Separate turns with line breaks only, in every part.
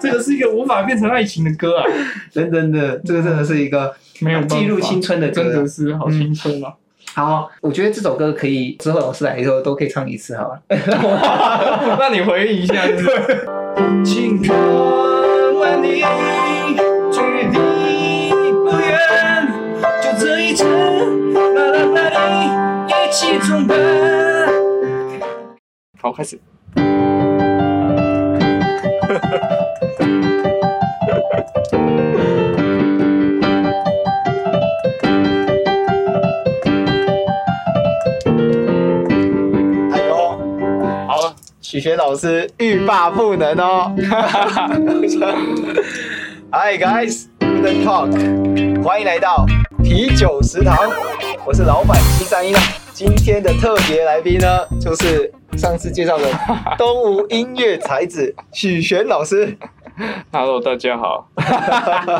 这个是一个无法变成爱情的歌啊，
真真
嗯
的，这个真的是一个
没有办法
记录青春的歌啊
真的是好青春啊！
好，我觉得这首歌可以之后老师来的时候都可以唱一次好了。嗯
那你回忆一下，就是
请看万里，距离不远，就这一程，啦啦啦，一起作伴。
好开始。
哎呦，
好了，
许学老师欲罢不能哦。Hi guys, good talk，欢迎来到啤酒食堂，我是老板七三一呢。今天的特别来宾呢，就是上次介 绍的东吴音乐才子许玄老师。
Hello，大家好，大家好，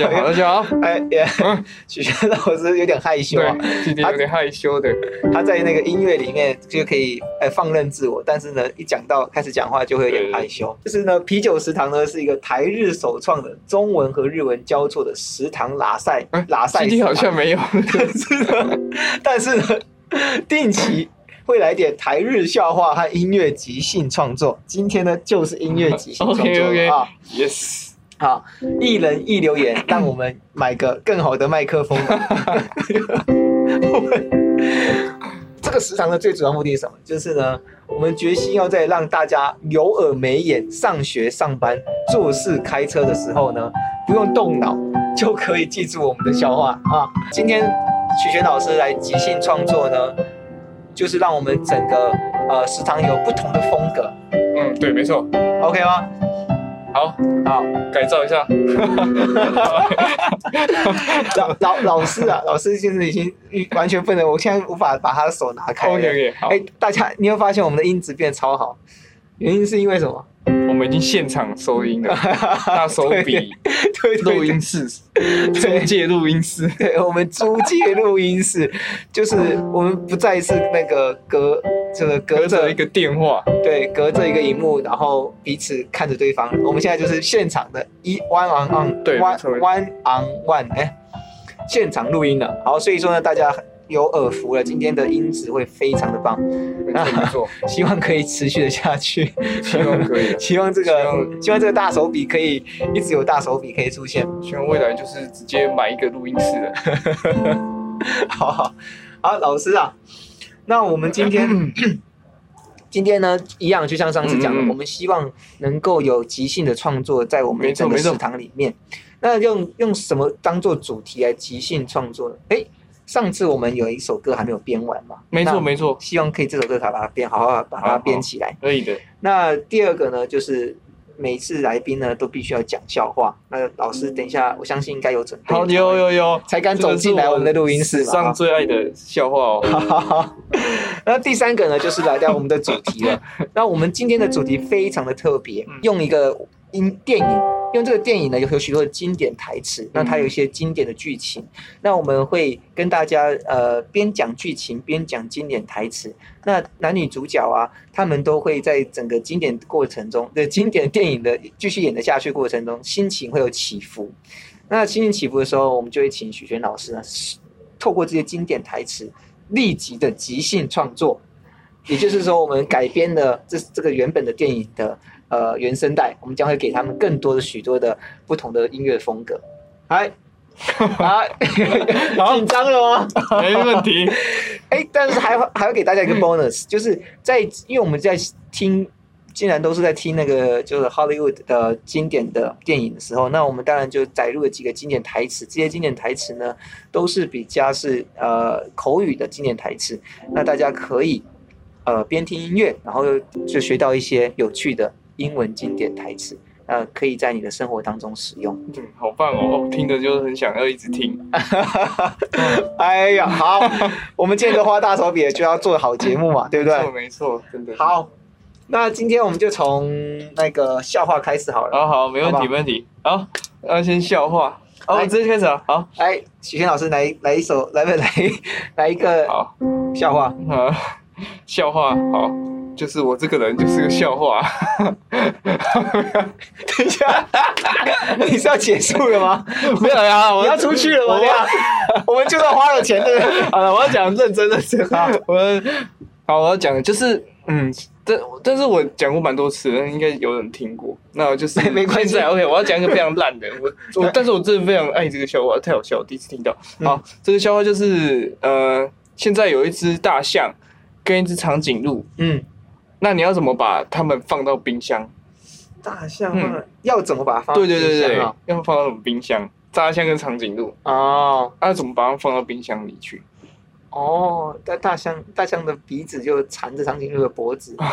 大家好。
哎耶，
嗯
许玄老师有点害羞啊，
对，今天有点害羞的，
他在那个音乐里面就可以哎放任自我，但是呢，一讲到开始讲话就会有点害羞。就是呢，啤酒食堂呢是一个台日首创的中文和日文交错的食堂拉塞
哎
拉塞
今
食
天好
堂
像没有。
但 是呢，但是呢，定期会来点台日笑话和音乐即兴创作。今天呢，就是音乐即兴创作
OK，OK
啊！
Yes，
好，一人一留言，让我们买个更好的麦克风吧。我们 这个时长的最主要目的是什么？就是呢，我们决心要在让大家有耳没眼、上学、上班、做事、开车的时候呢，不用动脑就可以记住我们的笑话啊！今天许玄老师来即兴创作呢，就是让我们整个呃食堂有不同的风格
嗯，对，没错。
，OK 吗？
好，
好。
改造一下。
老老老师啊，老师现在已经完全不能，我现在无法把他的手拿开了。
OK，OK，好
哎、。大家，你有发现我们的音质变超好？原因是因为什么？
我们已经现场收音了，大手笔
对对对
录音室，中介录音室。
对，我们租借录音室，就是我们不再是那个隔，这啊个
隔
隔
着
着
一个电话，
对，隔着一个荧幕，然后彼此看着对方。我们现在就是现场的一 one on on，
对没
，one
错
one on one，哎，现场录音了。好，所以说呢，大家有耳福了，今天的音质会非常的棒，
没错没错，
希望可以持续的下去，
希望可以，
希望这
希
个
望
希望这个大手笔可以一直有大手笔可以出现。
希望未来就是直接买一个录音室了。
好好，好，老师啊，那我们今 天今天呢，一样就像上次讲的，
嗯嗯嗯
我们希望能够有即兴的创作在我们
没错
整个
没错
食堂里面。那用用什么当做主题来即兴创作呢？哎，上次我们有一首歌还没有编完嘛，
没
那
错没错，
希望可以这首歌把它编，好好把
好
它
好
编起来。
可以的。
那第二个呢，就是每次来宾呢都必须要讲笑话。那老师，等一下，我相信应该有准备，
嗯好，有有有，
才敢
这个
走
是
进来我们的录音室
史
嘛。
上最爱的笑话哦。
哈哈， 那第三个呢，就是来到我们的主题了。那我们今天的主题非常的特别
嗯，
用一个音电影，用这个电影呢有有许多的经典台词，那它有一些经典的剧情。那我们会跟大家呃边讲剧情边讲经典台词。那男女主角啊，他们都会在整个经典过程中，的经典电影的继续演的下去过程中，心情会有起伏。那心情起伏的时候，我们就会请许玄老师呢，透过这些经典台词，立即的即兴创作。也就是说，我们改编了这这个原本的电影的呃原声带，我们将会给他们更多的许多的不同的音乐风格。哎，好， 紧张了哦吗？
没问题，
哎，但是还会还会给大 家一个 bonus，就是在因为我们在听，既然都是在听那个就是 Hollywood 的经典的电影的时候，那我们当然就载入了几个经典台词。这些经典台词呢，都是比较是呃口语的经典台词。那大家可以呃边听音乐，然后又就学到一些有趣的英文经典台词，呃，可以在你的生活当中使用。
嗯好棒哦！哦听着就是很想要一直听。
哎呀，好， 我们见个花大手笔就要做好节目嘛，对不对
没？错没错，真的。
好，那今天我们就从那个笑话开始好了。
好好，没问
好
题
吧哎
没问题。好，那先笑话。好，
来
我直接开始啊。好
来，哎许仙老师来来 一哎首，来不来来一个
好
笑话？
啊，笑话好。就是我这个人就是个笑话。
等一下，你是要结束了吗？
没有呀，我
你要出去了吗？
我
对呀， 我们就算花了钱，对不对？
好了，我要讲认真认真
好
啊！ 我好，我要讲的就是， 嗯，但但是我讲过蛮多次，应该有人听过。那我就是
没没关 系
现在 OK，我要讲一个非常烂的，我我，但是我真的非常爱这个笑话，太好笑，了，第一次听到。好，这个笑话就是，呃，现在有一只大象跟一只长颈鹿，
嗯，
那你要怎么把它们放到冰箱？
大象啊放了嗯要怎么把它放？啊
对对对对，要放到什么冰箱？大象跟长颈鹿，
哦
那、怎么把它们放到冰箱里去？
哦，但大象大象的鼻子就缠着长颈鹿的脖子，
啊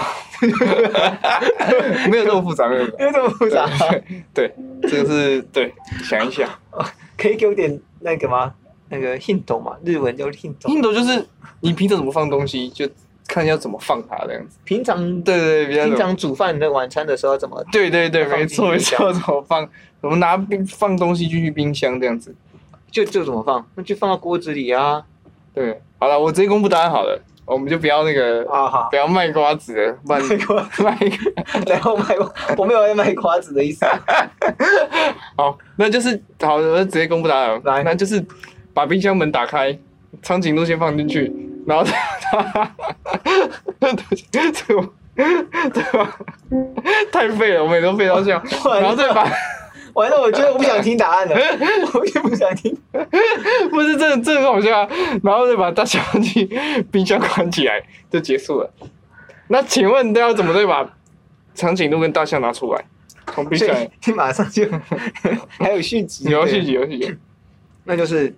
没有那么复杂，没有那么复杂
有这么复杂？
对，这个是对，想一想，
可以给我点那个吗？那个 hint 嘛，日文叫 hint。
印度就是你平常怎么放东西，就看要怎么放它这样子。
平常
对对对，比较
平常煮饭的晚餐的时候怎么？
对对对，
放
没错
冰
没
箱
错，怎么放？怎么拿冰放东西进去冰箱这样子？
就就怎么放？那就放到锅子里啊！
对，好了，我直接公布答案好了，我们就不要那个
啊好，
不要卖瓜子了，不 然卖
然后卖瓜，我没有要卖瓜子的意 思。
好，那就是好，我就直接公布答案了，
来
那就是把冰箱门打开，长颈鹿先放进去，然后它，这个对吧？太废了，我每次都废到笑，
完
然
了
后再把，
完了，我觉得我不想听答案了， 我也不想听。
不是这这很好笑啊，然后再把大小放进冰箱关起来就结束了。那请问都要怎么再把长颈鹿跟大象拿出来？从冰
所
箱里
以你马上 就还有啊续集，
有
对
戏，有戏，有戏
那就是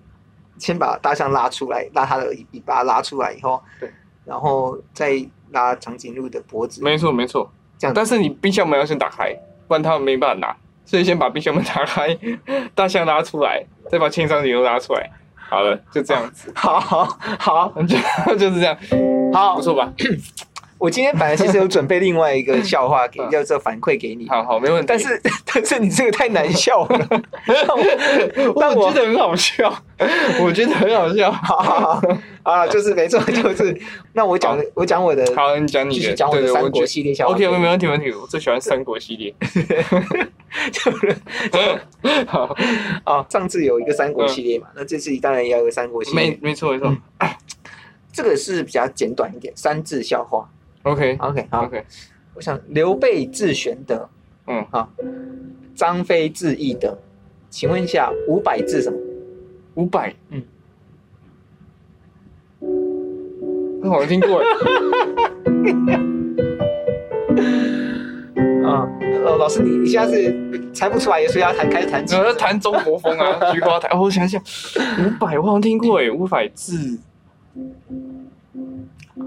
先把大象拉出来，拉它的尾巴拉出来以后，
对，
然后再拉长颈鹿的脖子，
没错没错。
这样子
但是你冰箱门要先打开，不然他们没办法拿。所以先把冰箱门打开， 大象拉出来，再把千张牛拉出来。好了，就这样子，
好好好
就就是这样，
好
不，错吧？
我今天本来其实有准备另外一个笑 话给，要这反馈给你，
好好，没问题。
但是 但是你这个太难 笑了，让我
但
让
我
我
觉得很好笑， 我觉得很好 笑。
好好好啊，就是没错，就是那我讲我讲我的，
好，你讲你
继续
的，
讲我
对
的
对，
三
我觉
国
得
系列笑话
OK，没问题，没问题。我最喜欢三国系 列。
就是
好，
啊，上次有一个三国系列嘛，那这次当然也要有个三国系
嗯没
列，
没错没错。
嗯这个是比较简短一点，三字笑话。
OK
OK，好，
OK，
我想刘备字玄德，
嗯
好，张飞字翼德，请问一下五百字什么？
五百，
嗯
嗯，我好像听过。
嗯，老老师你你现在是猜不出来，所以要弹开始弹琴
我要呃弹中国风 啊，菊花台。哦，我想想，五百我好像听过哎，五百字。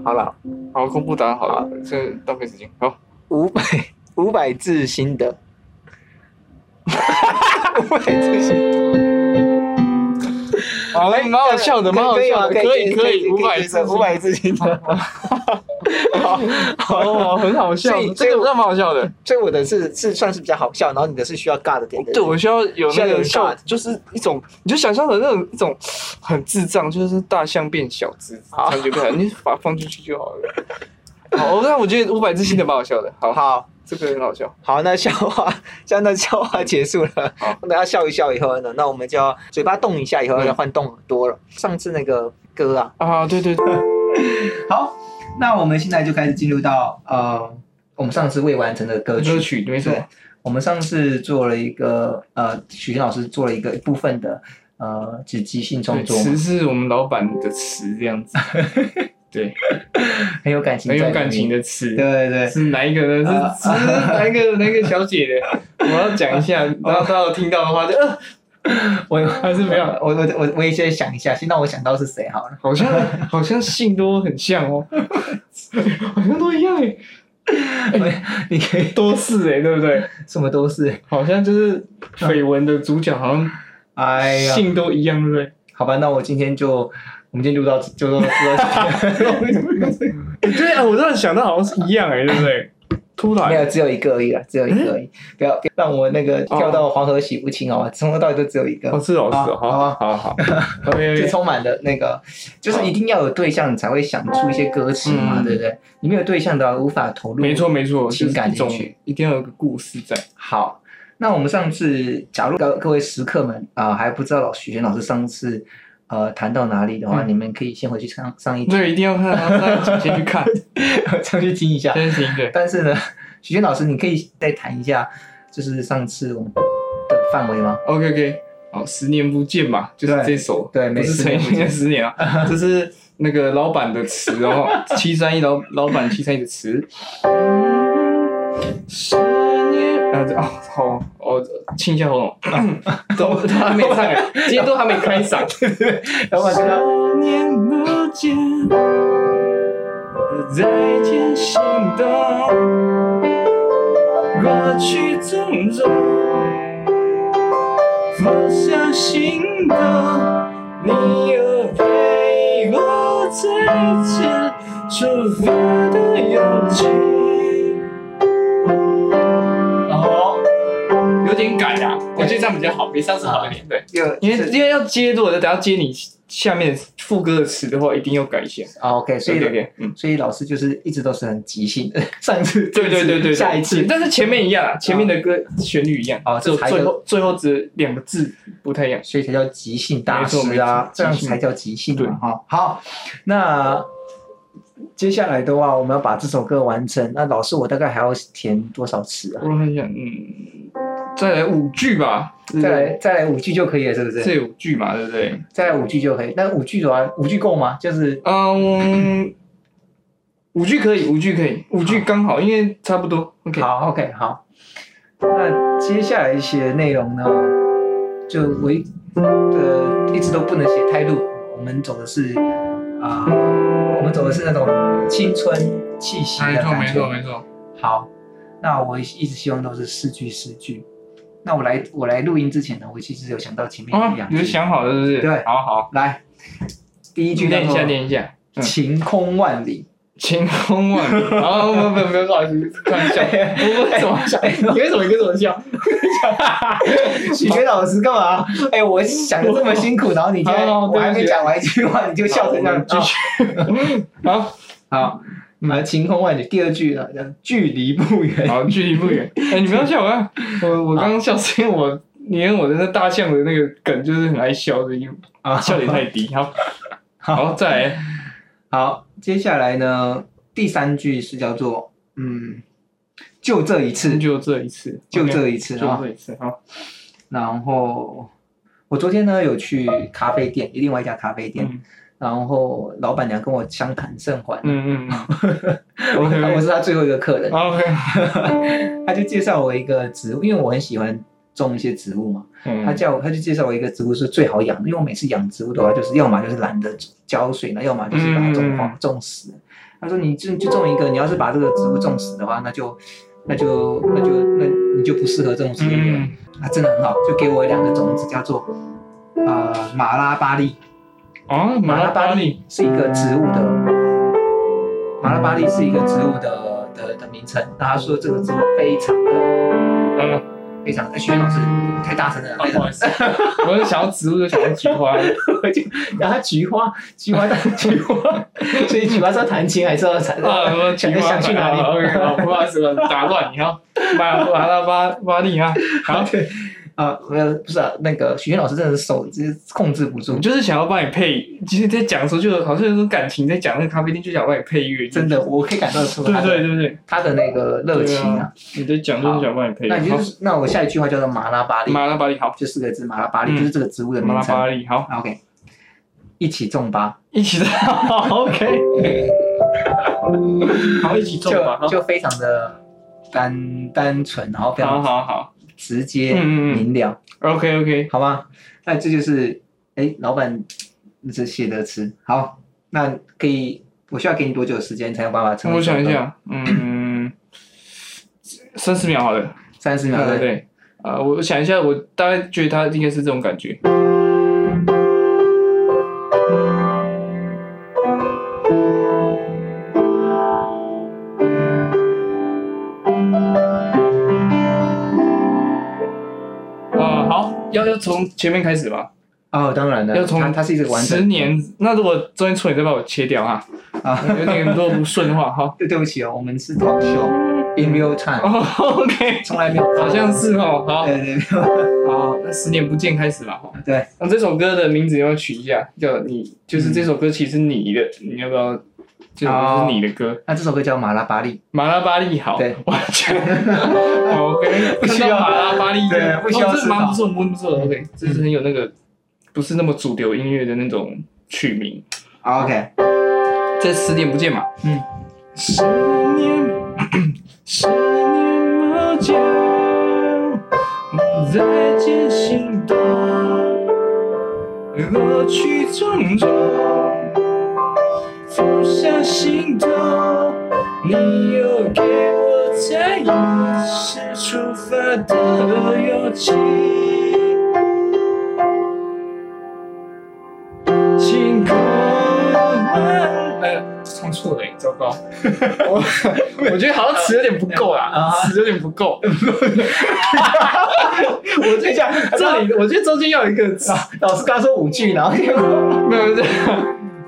好了，
好，公布答案好了，这浪费时间。好，
五百 五百字心得， 五百字心得，
好
哎
嘞，蛮好笑的，蛮好
可以
笑
吗？
的，哎可以
以
可
以
以，五百字，
五百字心得， 好，好，
哦，很好笑
所以，
这个那蛮好笑的。
所以我的是是算是比较好笑，然后你的是需要尬的点，
对，我需要有
需要
那
有
个
尬
笑，就是一种，你就想象成那种一种很智障，就是大象变小只，
好
长就变小，你把它放进去就好了。好，那我觉得五百字新的蛮好笑的。好，
好。
这个很好笑。
好，那笑话， 现在笑话结束了
好。
大家笑一笑以后呢，那我们就要嘴巴动一下，以后
嗯
要换动耳朵了。上次那个歌啊，
啊，对对对，
好，那我们现在就开始进入到呃，我们上次未完成的歌曲。
歌曲没错
对。我们上次做了一个呃，许天老师做了一个一部分的呃，指击性
对
创作，
词是我们老板的词，这 样子，对，
很有感情，
很有感情。的词
对。对对，
是哪一个呢？
啊
是是哪一个哪一个小姐的？ 我要讲一下，然后她有听到的话就，呃，
我
还是没有，
我我我我也先想一下，先让我想到是谁好了。
好像好像姓都很像哦， 好像都一样哎，
你可以
多事哎，对不对？
什么都是，
好像就是绯闻的主角，好像
哎呀，
姓都一样，对不 对？
好吧，那我今天就我们今天录到就 录到录到这边。
哎对啊，我突然想到好像是一样哎，对不对？突
没有，
然
只有一个而已啦，只有一个而已。不要不要让我那个跳到黄河洗不清好吧？从头到尾都只有一个
哦，，是哦，是哦，
好
好
啊
好好，OK，OK
就充满了那个，就是一定要有对象，你才会想出一些歌词嘛，
嗯
对不对？你没有对象的话，无法投入。
没错没错，就是
情感
一种
进去
一定要有个故事在。
好，那我们上次，假如呃各各位食客们啊、还不知道老许贤老师上次呃谈到哪里的话，
嗯
你们可以先回去上上一集，
对，一定要看啊，大家先去看，
上去听一下。
先行对。
但是呢，许贤老师，你可以再谈一下，就是上次我们的范围吗？
OK OK，好，十年不见嘛，就是
对
这首，
对
不
没
是
十
陈
年
奕迅
不
的
见
十年 啊，这是那个老板的词哦， 七三一老老板七三一的词。十年啊，这哦好哦，清一下喉 咙， 都都还没唱哎，今天都还没开嗓。
老板跟他
十年不见，再见心动，过去种种，放下心动，你又陪我再次出发的勇气。哦，有点赶啊，我觉得这样比较好，比上次好一点。对。
又
因为
是
因为要接，如果等下接你下面副歌的词的话，一定要改一下。
啊，OK，所以
OK，OK，嗯，
所以老师就是一直都是很即兴的。上次
对对对对，
下一
对
次
但是前面一样啊，前面的歌旋律一样，
哦
只有
这才叫
最后最后只两个字不太一样。
所以才叫即兴大
没
师
错没
啊
错，
这样
即兴
才叫即兴嘛哈。好，那接下来的话，我们要把这首歌完成。那老师，我大概还要填多少词啊？
我很想，嗯，再来五句吧，
再来再来五句就可以了，是不是？
这五句嘛，对不对？
再来五句就可以。那五句的话，五句够吗？就是
嗯，五句可以，五句可以，五句刚好，因为差不多。OK，
好，OK，好。那接下来写内容呢，就我一呃一直都不能写太露骨，我们走的是啊、我们走的是那种青春气息的
没
感觉
错。没错没错。
好，那我一直希望都是四句四句。那我来我来录音之前呢，我其实有想到前面一
啊
两，
你
句，
是想好了是不是？
对
好好，
来，第一句叫
念一下，
做
念一下。嗯
“晴空万里
晴空万里。啊，不不不，不好意思，开玩笑，我我怎么 想？你为什么你为什么笑？”。
许学老师干嘛？哎，我想的这么辛苦，然后你今天
好好
我还
哦对不
没
起
讲完一句话，你就笑成这样。
好我们
啊
继续。好，
好，啊，晴空万里。第二句呢，叫距离不远。
好，距离不远。哎，你不要笑我啊！我我刚刚笑是因为我，你看我的那大象的那个梗，就是很爱笑的，因为
啊，
笑点太低。好，好，再来。
好，接下来呢，第三句是叫做嗯，就这一次，
嗯就这一次，
就
OK，
这一次
就
啊
这。一次。好，
然后我昨天呢有去咖啡店，另外一家咖啡店，
嗯
然后老板娘跟我相谈甚欢，
嗯嗯嗯
我
，OK
是她最后一个客 人，
OK，
她就介绍我一个植物，因为我很喜欢种一些植物嘛，她
嗯，
叫我，她就介绍我一个植物是最好养的，因为我每次养植物的话，就是要么就是懒得浇水呢，要么就是把它种
嗯
黄种死。她说你就就种一个，你要是把这个植物种死的话，那就那就那就那你就不适合种植物了。
嗯，
啊，真的很好，就给我两个种子，叫做呃马拉巴利。
哦，马拉巴利，
是一个植物的，马拉巴利是一个植物的的的名称。那他说这个植物非常的
嗯。
非常的，哎徐元老师太大声了，
啊
太
不
大
好意思，我是想要植物，就想要菊花。
声 了，就然后菊花，菊花，菊 花，所以菊花是要弹琴还是要弹？
啊，我菊
想
花
想去哪里
好？OK，好，不好意思，我打乱你哈。马马拉巴巴利哈，好，
对啊，没有，不是啊，那个许愿老师真的是手就是控制不住
我，就是想要帮你配，其实在讲的时候就好像有种感情在讲那个咖啡店，就想帮你配乐，
真的，我可以感受出
对
他
对
的
对对，
他的那个热情
对
啊
啊。你在讲就是想帮你配。
那你就
啊好，
是，那我下一句话叫做马拉巴利，
马拉巴利好，
就四个字，马拉巴利
嗯
就是这个植物的
马
名
拉
称
巴。利好，
OK，一起种吧，
一起的，OK，好，一起种吧，
就
好
就非常的单单纯，然后非
好
常
好好
直接
嗯嗯嗯
明了，
，OK OK，
好吗？那这就是哎，老板这写的词，好，那可以，我需要给你多久的时间才有办法成？
我想一，下，嗯，三十秒好了。
三十秒
对对
对。
啊对，呃，我想一下，我大概觉得他应该是这种感觉。啊要要从前面开始吗？
哦，当然了，
呃要从
它它是一个完整
十年，那如果中间出你再把我切掉哈，
啊。
有点如果不顺的话，哈。
对，对不起哦，我们是 talk show in real time，
哦，OK，
从来没有
好像是哦，好
对对对
好，哦那十年不见开始嘛，哈。
对，嗯
那这首歌的名字要不要取一下，叫你，就是这首歌其实你的，你要不要？这首歌是你的歌，
那这首歌叫《马拉巴利
马拉巴利好，
哦对，
我 觉得 OK，
不 需要
看到马拉巴利，
对不需要
哦这
知道嗯
蛮不错，蛮不错的，OK，这是很有那个不是那么主流音乐的那种曲名，》。
OK，
这十年不见嘛，
嗯，
十年，十年没见，再见心动，过去种种，放下心头，你又给我再一次出发的勇气。晴空漫呃，唱错了耶，糟糕！我 我觉得好像词有点不够啦
啊，
词有点不够。 我这下这里，我觉得中间要有一个词，
老师刚说五句，然后结果
没有 这样。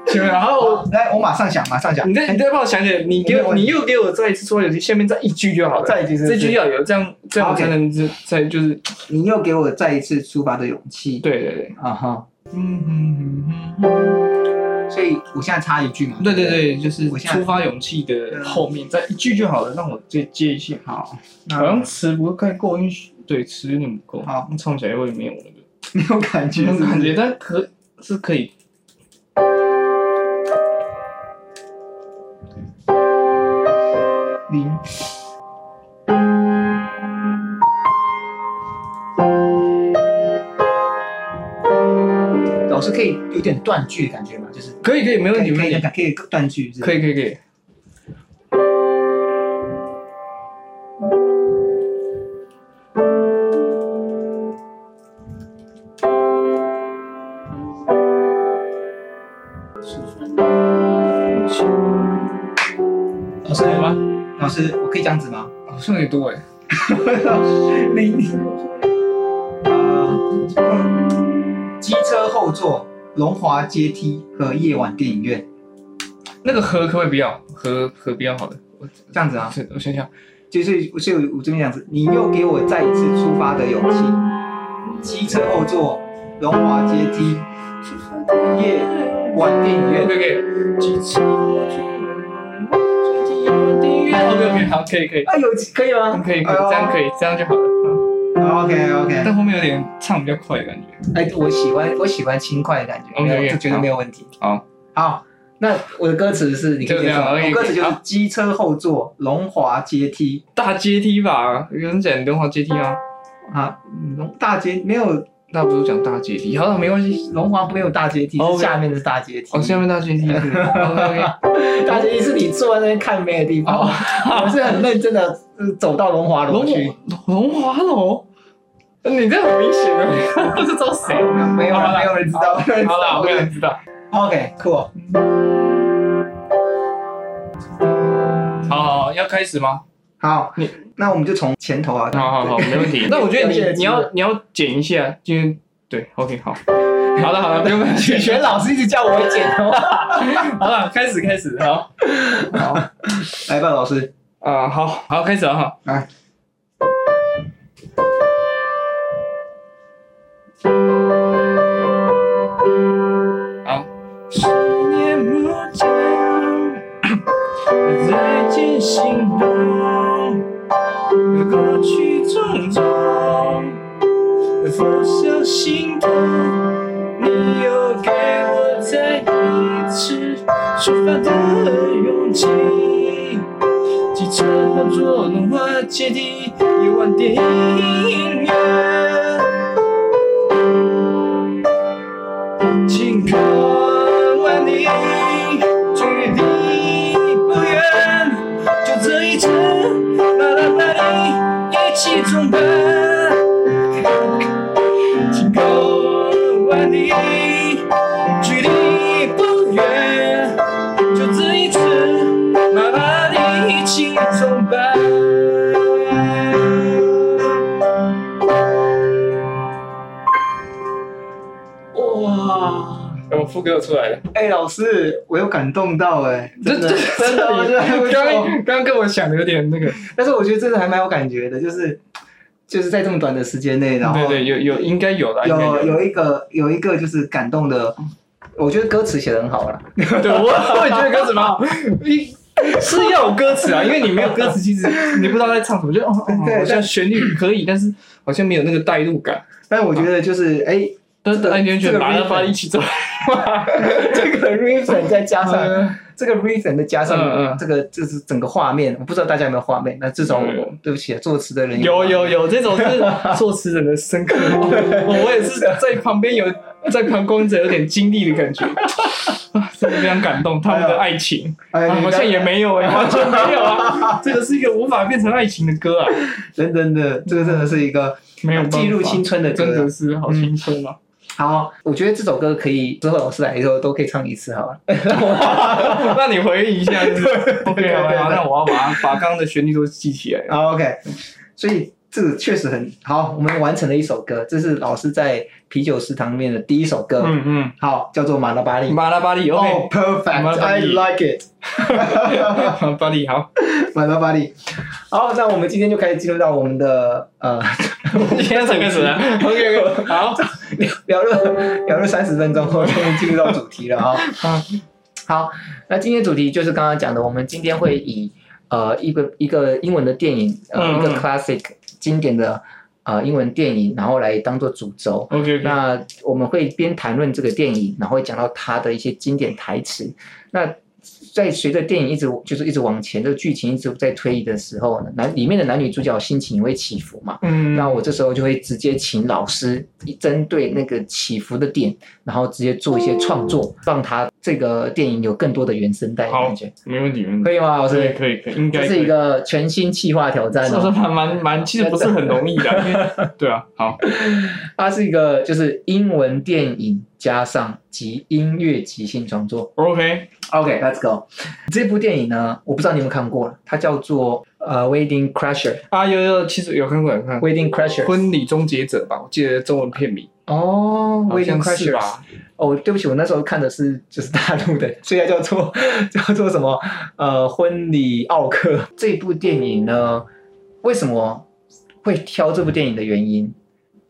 前面，然后我，
来，我马上想，马上想
你，再你再帮我想起来，你给
啊哎没有
我
问
你
题
又给我再一次说有句，下面再一句就好了。
再一句是不
这
是，
句要有，这样这样我
OK
才能这才就是
你又给我再一次出发的勇气。，
对对对，
啊哈，
嗯嗯嗯嗯，
所以我现在插一句嘛。
对对
不，
对，就是
我现在
出发勇气的后面再一句就好了，让我接接一下。
好，
好
那
像词不太够，因为对词有点不够，
好
唱起来会 没有那个
没有感觉，
没有感
是
觉，但可是可以。
嗯
零
不是老师可以有点断句的感觉嘛，就是
可以可以没问题
可
没
以
问
可
题，
以可以断句，是不是
可以可以可以。
老师
对吗？
老师，我可以这样 子吗？
好像有点多哎。
你你啊，机车后座、龙华阶梯和夜晚电影院，
那个和可不可以不要？和和不要好了。我
这样子啊，
我想想，
就是所以我这边这样子，你又给我再一次出发的勇气，机车后座、龙华阶梯、夜晚电影
可以可
院，
以可以。OK OK 好，可以可以，
啊有可以吗？
可以可以，这样可以，这样就好了。嗯
OK OK，
但后面有点唱比较快的感觉。
哎，我喜欢我喜欢轻快的感觉，
OK，OK，
没有，这绝对
好
没有问题。
好，
好，那我的歌词是你可以
就这
接受
样
吗，
OK，
我歌词就是
好
机车后座、龙华阶梯
大阶梯吧，有人讲龙华阶梯吗？
啊，龙大阶没有
那不是讲大阶梯，好了，没关系。
龙华没有大阶梯，
OK
是下面的是大阶梯。
哦，下面大阶梯是 OK，
大阶梯是你坐在那边看妹的地
哦
方，我是很认真的走到龙华楼
龙
去。
龙华楼，呃你这很明显了， 不知道谁。
没有
好
人，
啦
没有人知道，没有人知
好了，
道，
我
没
有
有
人
人。
知道。
OK，cool。
好好，好要开始吗？
好
你，
那我们就从前 头啊。
好好好，没问题。那我觉得你你要你要剪一下，今天对，OK，好。好了好了，不用不用
许
剪
玄
了。
老师一直叫我剪头发。
好了，开始开始，好。
好，来吧，老师。
啊、好好，开始了哈。
来。
好。十年不见，再见心动，过去种种，放下心头，你又给我再一次出发的勇气。机车后座融化阶梯，夜晚电影院，晴空万里，终于离不远，就这一程，马拉巴里一起纵奔，晴空万里，距离不远。就这一次，麻烦你一起崇拜。我副歌又出来了。
哎、老师，我有感动到哎、
这
真的
这
真的，我觉得还不
刚刚
错。
刚刚跟我想的有点那个，
但是我觉得真的还蛮有感觉的，就是就是在这么短的时间内，然后
对对，有有应该有啦，应该
有有一个有一个就是感动的，我觉得歌词写的很好啦。
对我我也觉得歌词蛮好，你 是要有歌词啊，因为你没有歌词，其实你不知道在唱什么，就哦哦，
对
好像旋律可以，但是好像没有那个代入感。
但我觉得就是哎、
但是
这个
安全
这
卷
个
把它
riff
发一起走，
这个 reason 再加上
嗯
这个 reason 再加
嗯嗯
上这个这是整个画面，我不知道大家有没有画面。那至少我
嗯
对不起，啊作词的人
有有
有
有，这种是作词人的深 刻。我我也是在旁边有在旁观者有点经历的感觉，啊真的非常感动他们的爱情，
哎
啊
你
好像也没 有哎，完全没有啊，这个是一个无法变成爱情的歌啊，
真真的，这个真的是一个
嗯没有办法
记录青春的歌啊
真的是好青春啊！
好，我觉得这首歌可以之后老师来的时候都可以唱一次好了。嗯
那你回忆一下 就是，OK，好，好那我要把它把刚刚的旋律都记起来。
好，OK，所以这个确实很好，我们完成了一首歌，这是老师在啤酒食堂里面的第一首歌，
嗯
好，叫做《马拉巴利
嗯，》。巴拉巴利
哦、
，OK，
p e r f e
马
c
拉
t
巴
i
利
like it，
巴利好，
马拉巴利。好，那我们今天就开始进入到我们的呃，
今天才开始 啊，OK，好，
聊了聊了三十分钟 后，终于进入到主题 了啊、
啊
好，那今天主题就是刚刚讲的，我们今天会以呃一个一个英文的电影，呃、
嗯嗯
一个 classic 经典的呃英文电影，然后来当做主轴。
，OK，
那我们会边谈论这个电影，然后会讲到它的一些经典台词。那在随着电影一直就是一直往前，这个剧情一直在推移的时候呢，男里面的男女主角心情也会起伏嘛。
嗯，
那我这时候就会直接请老师针对那个起伏的点，然后直接做一些创作，让他这个电影有更多的原声带的
好
感觉，
没问题，没问题
可。以吗？老
可以
师，
可以可以，应
这
该可
是一
以。
个全新企划挑战
是是
哦，
还蛮蛮，其实不是很容易的，因为对啊，好，
它是一个就是英文电影加上及音乐即兴创作。
OK，
OK，let's、go。这部电影呢，我不知道你有没有看过，它叫做呃《Wedding Crasher
啊，有有，其实有看过有看》过，
，Wedding Crasher。
婚礼终结者吧，我记得中文片名
哦，《
好
Wedding
像是
Crasher》
吧？
哦，对不起，我那时候看的是就是大陆的，所以它叫做叫做什么呃婚礼奥克这部电影呢？为什么会挑这部电影的原因，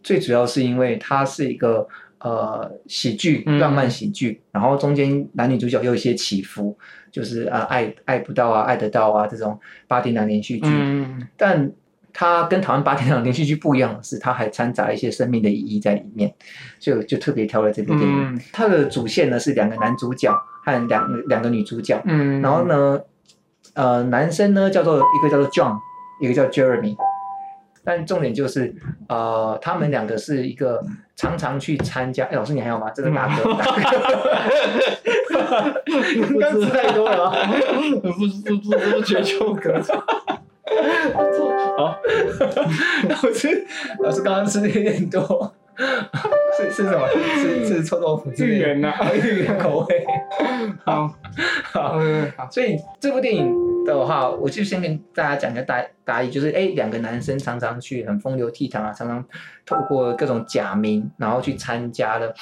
最主要是因为它是一个呃喜剧，
嗯
浪漫喜剧，然后中间男女主角又有一些起伏，就是啊、呃爱爱不到啊，爱得到啊这种八点档连续剧，
嗯，
但它跟台湾八点档连续剧不一样的是，它还掺杂一些生命的意义在里面，所以我就特别挑了这部电影。
嗯
它的主线呢是两个男主角和两个两个女主角，
嗯，
然后呢，呃，男生呢叫做一个叫做 John，一个叫 Jeremy，但重点就是，呃，他们两个是一个常常去参加。哎，老师你还有吗？这个大哥，大哥嗯 刚吃太多 了啊。
不不不不觉就可
老师，老师刚刚吃的有点多， 是是什么？是是臭豆腐之
芋
类的，
圆呐，
芋圆口味。
好，好，好，
所以这部电影的话，我就先跟大家讲一个大大意，就是哎，两个男生常常去很风流倜傥啊，常常透过各种假名，然后去参加了，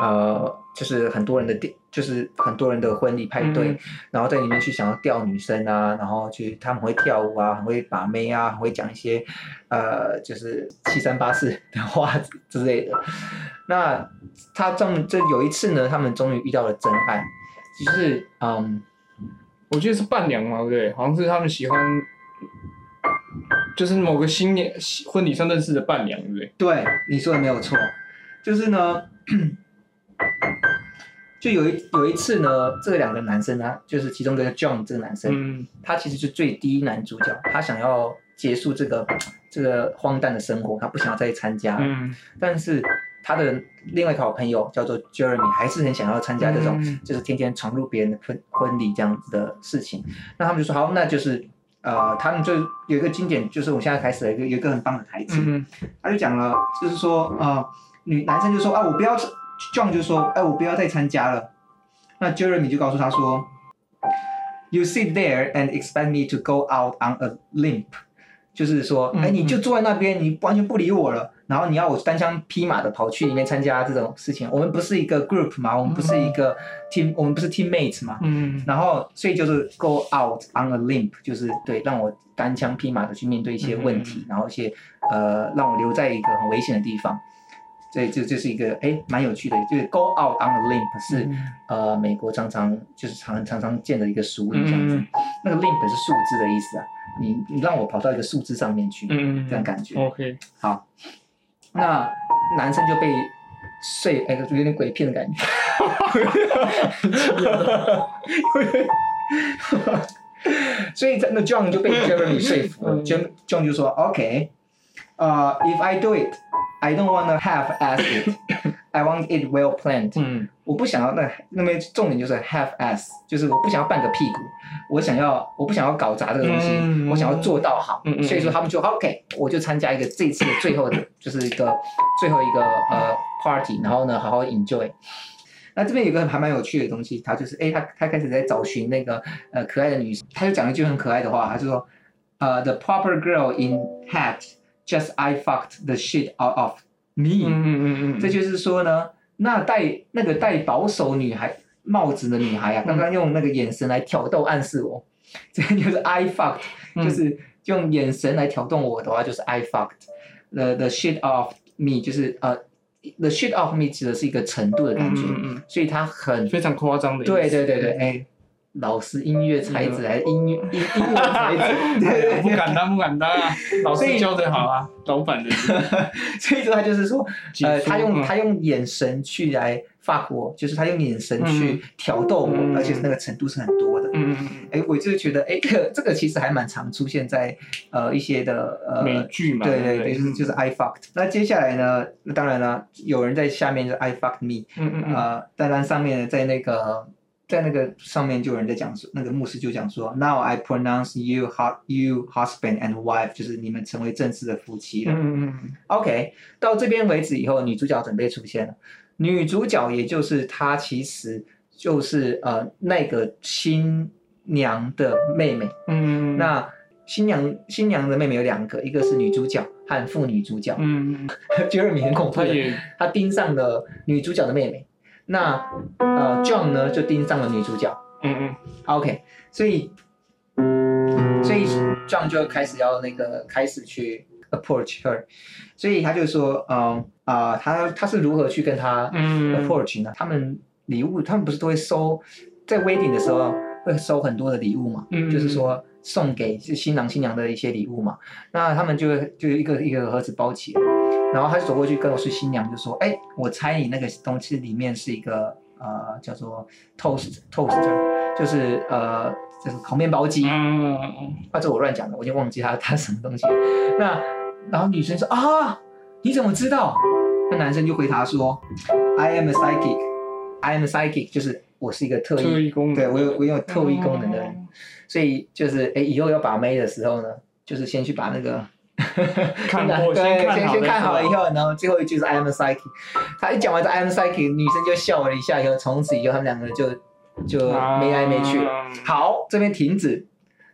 呃，就是很多人的电，就是很多人的婚礼派对，
嗯
然后在里面去想要钓女生啊，然后去他们会跳舞啊，很会把妹啊，很会讲一些呃，就是七三八四的话之类的。那他这么这有一次呢，他们终于遇到了真爱，就是嗯。
我记得是伴娘嘛，对不对？好像是他们喜欢，就是某个新年喜婚礼上认识的伴娘，对不对？
对，你说的没有错，就是呢， 就有一有一次呢，这两个男生呢，就是其中一个叫 John 这个男生，
嗯
他其实是最低男主角，他想要结束这个这个荒诞的生活，他不想要再参加，
嗯，
但是他的另外一个好朋友叫做 Jeremy，还是很想要参加这种
嗯
就是天天闯入别人的婚婚礼这样子的事情。那他们就说好，那就是呃，他们就有一个经典，就是我现在开始有一个有一个很棒的台词，
嗯
他就讲了，就是说呃，女男生就说啊，我不要，John 就说哎，我不要再参加了。那 Jeremy 就告诉他说，You sit there and expect me to go out on a limp，就是说，
嗯
哎，你就坐在那边，你完全不理我了，然后你要我单枪匹马的跑去里面参加这种事情，我们不是一个 group 嘛，我们不是一个 team，、我们不是 teammates 嘛，
嗯
然后所以就是 go out on a limb，就是对，让我单枪匹马的去面对一些问
嗯
题，然后一些呃，让我留在一个很危险的地方。所以这这是一个哎蛮有趣的，就是 go out on a limb 是、
嗯
呃美国常常就是常常常见的一个俗语这样子。
嗯
那个 limb 是树枝的意思啊，你你让我跑到一个树枝上面去，
嗯
这样感觉。
OK，
好，那男生就被睡，哎、有点鬼片的感觉。 所以真的 John 就被 Jeremy 说服了
嗯
，John John 就说 OK，呃、i f I do it, I don't wanna have as it, I want it well planned、
嗯
我不想要那那边重点就是 have as，就是我不想要半个屁股，我想要我不想要搞砸这个东西，
嗯
我想要做到好。
嗯嗯
所以说他们就 OK，我就参加一个这次的最后的 就是一个最后一个呃 party，然后呢好好 enjoy。那这边有一个还蛮有趣的东西，他就是哎、他他开始在找寻那个呃可爱的女生，他就讲了一句很可爱的话，他就说呃、the proper girl in hat just I fucked the shit out of me、
嗯嗯嗯，
这就是说呢，那戴那个戴保守女孩帽子的女孩
嗯
啊，刚刚用那个眼神来挑逗暗示我，这个就是 I fucked，、
嗯
就是用眼神来挑动我的话，就是 I fucked the the shit of me，就是呃、the shit of me 指的是一个程度的感觉，
嗯嗯嗯
所以它很
非常夸张的，
对对对对，，哎，老师音乐才
嗯
子还是音乐音音乐才子， 对对对
哎不敢当不敢当 啊，老
所以
师教的好啊，老 板的
所以说他就是说，
解
呃，
说
他用
嗯
他用眼神去来 fuck 我，就是他用眼神去挑逗我，
嗯
而且那个程度是很多的。
嗯嗯
哎，我就觉得，哎，这个这个其实还蛮常出现在呃一些的呃
嗯，美剧嘛，
对
对嗯
对对，就是就是 I fucked。那接下来呢，当然了，有人在下面就是 I fucked me，
嗯嗯
呃，但单上面呢，在那个在那个上面就有人在讲说，那个牧师就讲说，Now I pronounce you hot you husband and wife，就是你们成为正式的夫妻了。
嗯嗯
OK，到这边为止以后，女主角准备出现了。女主角也就是她，其实就是呃那个新娘的妹妹。
嗯，
那新娘新娘的妹妹有两个，一个是女主角和副女主角。
嗯，
Jeremy 很恐怖
他
的，
也
他盯上了女主角的妹妹。那呃 John 呢就盯上了女主角。
嗯
OK，所以所以 John 就开始要那个开始去 approach her，所以他就说，嗯啊、他他是如何去跟他
嗯
approach 呢？他们礼物，他们不是都会收在 wedding 的时候会收很多的礼物嘛？
嗯
就是说送给新郎新娘的一些礼物嘛。那他们就会就一个一个盒子包起来，然后他就走过去跟我说新娘就说，哎，我猜你那个东西里面是一个呃叫做 toast toaster，就是呃就是烤面包机。
嗯
啊，这我乱讲的，我已经忘记他他什么东西。那然后女生说啊，你怎么知道？那男生就回答说，I am a psychic, I am a psychic，就是我是一个特
特
异，
异功能，哦
对我有我有特异功能的人，，所以就是哎，以后要把妹的时候呢，就是先去把那个
看过
对
先看
先
好
先
再
看好
说啊
以后，然后最后一句是 I am a psychic。他一讲完这 I am a psychic，女生就笑了一下，以后从此以后他们两个就就没来没去了。，
啊
好，这边停止，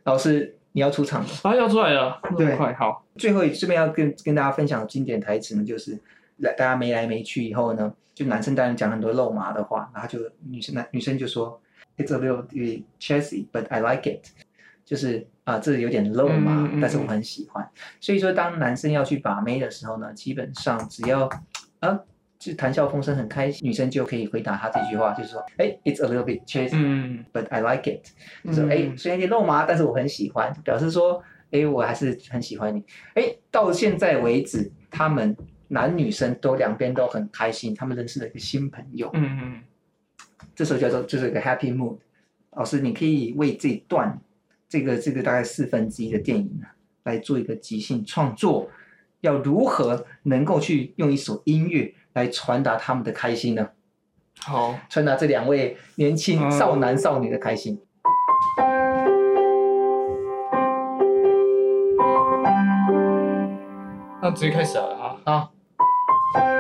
老师你要出场了。
啊，要出来了，
对
快好，
最后这边要跟跟大家分享的经典台词呢，就是来大家没来没去以后呢，就男生当然讲很多肉麻的话，然后就女生男女生就说，It's a little bit cheesy, but I like it，就是啊、这有点肉麻，
嗯嗯嗯
但是我很喜欢。所以说，当男生要去把妹的时候呢，基本上只要啊。就谈笑风生，很开心，女生就可以回答他这句话，就是说，哎、i t s a little bit cheesy,
嗯，
but I like it。就是哎、
嗯
虽然有点肉麻，但是我很喜欢，表示说，哎、我还是很喜欢你。哎、到现在为止，他们男女生都两边都很开心，他们认识了一个新朋友，
嗯
这时候叫做就是一个 happy mood。老师，你可以为这段这个这个大概四分之一的电影呢，啊来做一个即兴创作，要如何能够去用一首音乐来传达他们的开心呢？
好，
传达这两位年轻
嗯
少男少女的开心。
那直接开始了啊，
啊。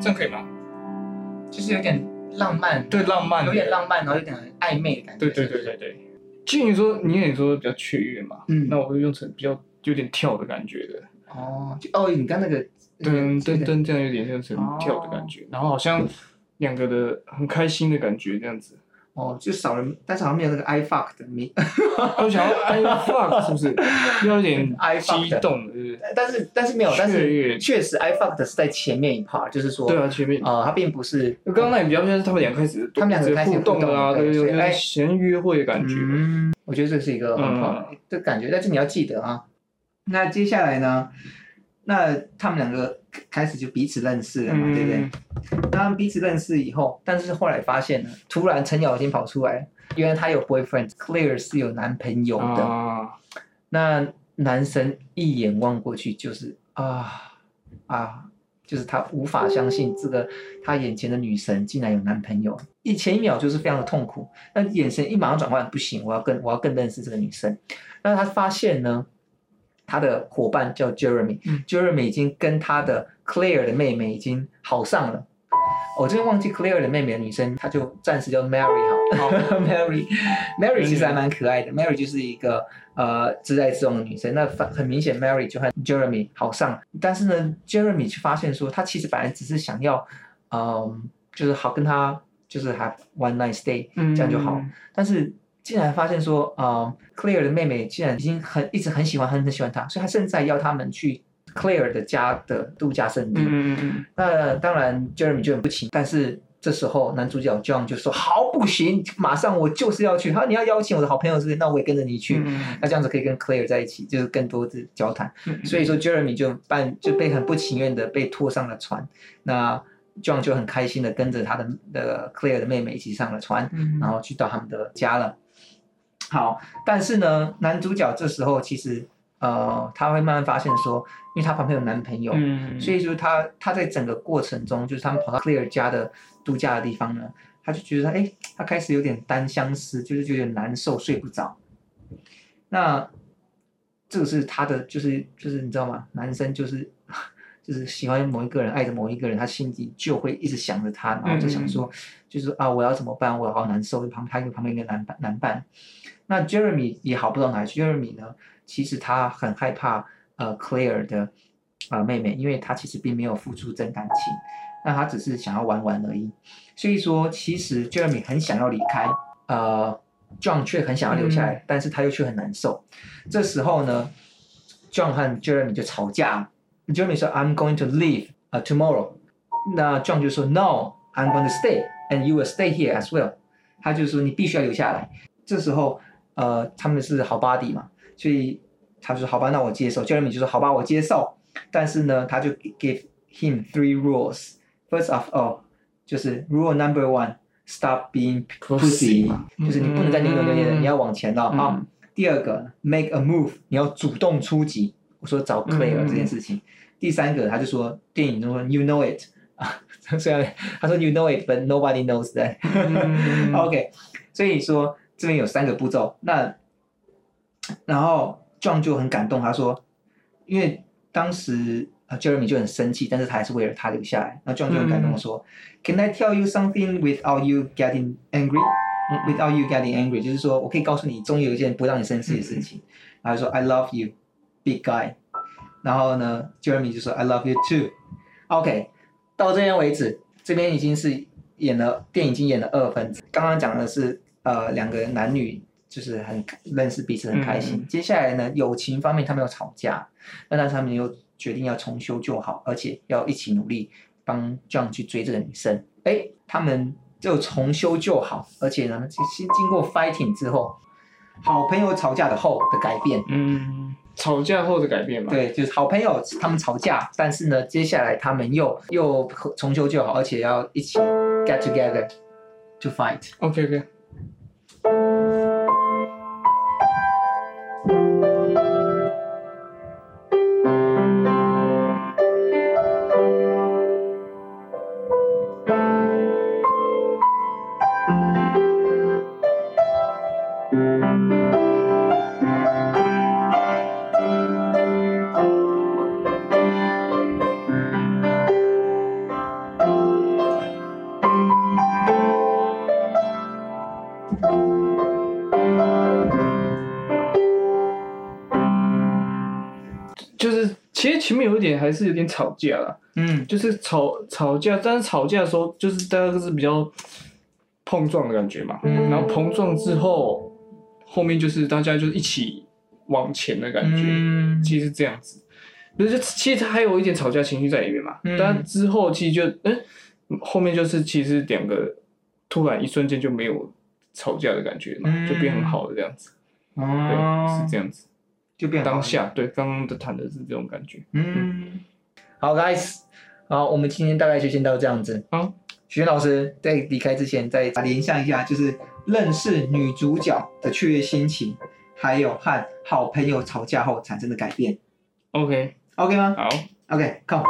这样可以吗？
就是有点浪漫，
对，浪漫，
有点。浪漫，然后有点暧昧的感觉。
对对对对对。至于说，你也说比较雀跃嘛，
嗯
那我会用成比较有点跳的感觉的，
哦，就哦，你刚那个
噔噔，噔这样有点像成跳的感觉，然后好像两个的很开心的感觉这样子。
哦，就少了，但是好像没有那个 I fuck 的名，
我想要 I fuck 是不是？要有点
I fuck
激动，是不是？
但是但是没有，但
雀
是
跃
确实 I fuck 的是在前面一 part，就是说，
对啊，前面
呃，他并不是
刚刚那也比较像是他们俩开始
他们两个开始
互动了啊，
互动
对
对
对
所以
对，
哎
闲约会的感觉。嗯
嗯，我觉得这是一个很好的、这感觉，但是你要记得啊。那接下来呢？那他们两个开始就彼此认识了嘛，对不对？那他们彼此认识以后，但是后来发现呢，突然程咬金跑出来了，原来他有 boyfriend，Claire 是有男朋友的。
啊，
那男生一眼望过去就是啊啊，就是他无法相信这个他眼前的女神竟然有男朋友，一前一秒就是非常的痛苦，那眼神一马上转换，不行，我要更我要更认识这个女生。那他发现呢，他的伙伴叫 Jeremy，Jeremy、
嗯
Jeremy 已经跟他的 Claire 的妹妹已经好上了。我真的忘记 Claire 的妹妹的女生，她就暂时叫 Mary 好了。
好
Mary，Mary 其实还蛮可爱的。Mary 就是一个呃自在自容的女生。那反很明显，Mary 就和 Jeremy 好上，但是呢，Jeremy 却发现说，他其实本来只是想要，嗯、就是好跟他就是 have one night stay，
嗯
这样就好。但是竟然发现说，嗯、c l a i r e 的妹妹竟然已经很一直很喜欢很很喜欢他，所以他现在邀他们去 Claire 的家的度假胜地。
嗯嗯嗯
那当然，Jeremy 就很不情，但是这时候男主角 John 就说：“好，不行，马上我就是要去。他说你要邀请我的好朋友是不是？那我也跟着你去。
嗯
那这样子可以跟 Claire 在一起，就是更多的交谈。
嗯，
所以说 Jeremy 就办就被很不情愿的被拖上了船。那 John 就很开心的跟着他的的 Claire 的妹妹一起上了船，
嗯
然后去到他们的家了。好，但是呢，男主角这时候其实呃，他会慢慢发现说，因为他旁边有男朋友，
嗯，
所以就是他他在整个过程中，就是他们跑到 Claire 家的度假的地方呢，他就觉得哎，诶他开始有点单相思，就是有点难受，睡不着。那这个是他的，就是就是你知道吗？男生就是就是喜欢某一个人，爱着某一个人，他心里就会一直想着他，然后就想说，就是说啊，我要怎么办？我好难受。旁他有旁边一个男伴男伴，那 Jeremy 也好不到哪里去。Jeremy 呢，其实他很害怕呃 Claire 的呃妹妹，因为他其实并没有付出真感情，那他只是想要玩玩而已。所以说，其实 Jeremy 很想要离开，呃，John 却很想要留下来，但是他又却很难受。这时候呢，John 和 Jeremy 就吵架。Jeremy 说：“I'm going to leave 呃 tomorrow。”那 John 就说：“No，I'm going to stay and you will stay here as well。”他就说：“你必须要留下来。”这时候，呃，他们是好 buddy 嘛，所以他就说：“好吧，那我接受。”Jeremy 就说：“好吧，我接受。”但是呢，他就 give him three rules。First of all，就是 rule number one，stop being pussy，就是你不能再扭扭捏捏的，
嗯
你要往前了啊。
嗯
第二个，make a move，你要主动出击。我说找
嗯
Claire
嗯
这件事情。第三个，他就说电影中说 you know it 啊，虽然他说 you know it，but nobody knows that 。
嗯
OK，所以说这边有三个步骤。那然后 John 就很感动，他说，因为当时呃 Jeremy 就很生气，但是他还是为了他留下来。那 John 就很感动地说、c a n I tell you something without you getting angry？” without you getting angry，就是说我可以告诉你，终于有一件不让你生气的事情。然后就说 I love you, big guy。然后呢，Jeremy 就说 I love you too。OK，到这边为止，这边已经是演了电影，已经演了二分。刚刚讲的是呃两个男女就是很认识彼此很开心。
嗯
接下来呢，友情方面他们有吵架，那但是他们又决定要重修旧好，而且要一起努力帮 John 去追这个女生。哎，他们就重修旧好，而且呢，经经经过 fighting 之后，好朋友吵架的后的改变，
嗯，吵架后的改变嘛，，
对，就是好朋友他们吵架，但是呢，接下来他们又又和重修旧好，而且要一起 get together to fight。
OK OK，
嗯
其实前面有一点还是有点吵架啦，
嗯
就是吵吵架，但是吵架的时候就是大家就是比较碰撞的感觉嘛，
嗯
然后碰撞之后，后面就是大家就是一起往前的感觉，
嗯
其实是这样子。就是其实还有一点吵架情绪在里面嘛，
嗯
但之后其实就哎、后面就是其实两个突然一瞬间就没有吵架的感觉嘛，
嗯
就变很好的这样子，对，
哦，
是这样子。
就变好了
当下对刚刚的谈的是这种感觉，
嗯，好，guys，好，我们今天大概就先到这样子。
好，
许愿老师在离开之前再联想一下，就是认识女主角的雀跃心情，还有和好朋友吵架后产生的改变
OK，
，OK 吗
好。
？OK，come、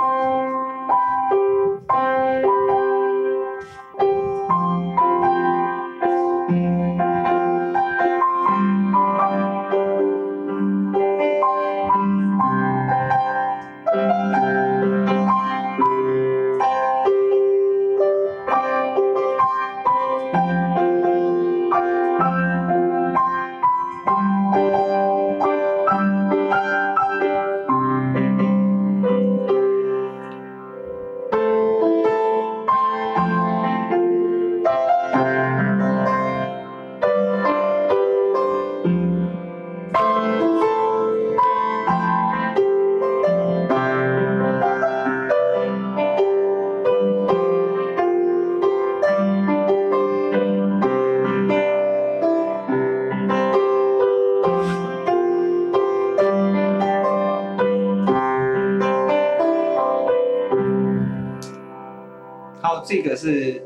好，这个是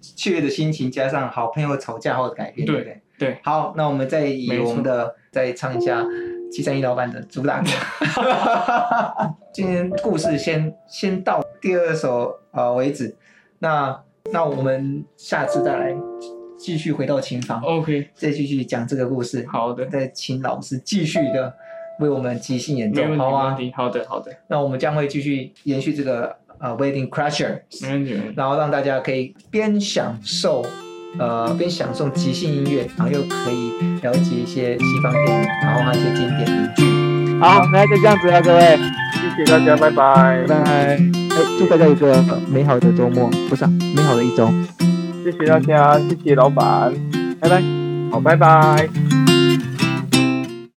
雀跃的心情加上好朋友吵架后的改变，对
对
不对？
对，
好，那我们再以
没错
我们的再唱一下七三一老板的主打歌。 今天故事先先到第二首呃为止，那那我们下次再来继续回到琴房，
OK，
再继续讲这个故事，
好的，
再请老师继续的为我们即兴演
没
奏
问，题，
好
没问
啊。
题，好的，好的，
那我们将会继续延续这个呃 Wedding Crusher，
没问题，没问题，
然后让大家可以边享受，呃，边享受即兴音乐，然后又可以了解一些西方电影，然后还有一些经典名剧。
好，那就这样子了，各位，
谢谢大家，拜拜。
拜拜。哎，祝大家有个美好的周末，不是啊、美好的一周。
谢谢大家，谢谢老板，拜拜。好，拜拜。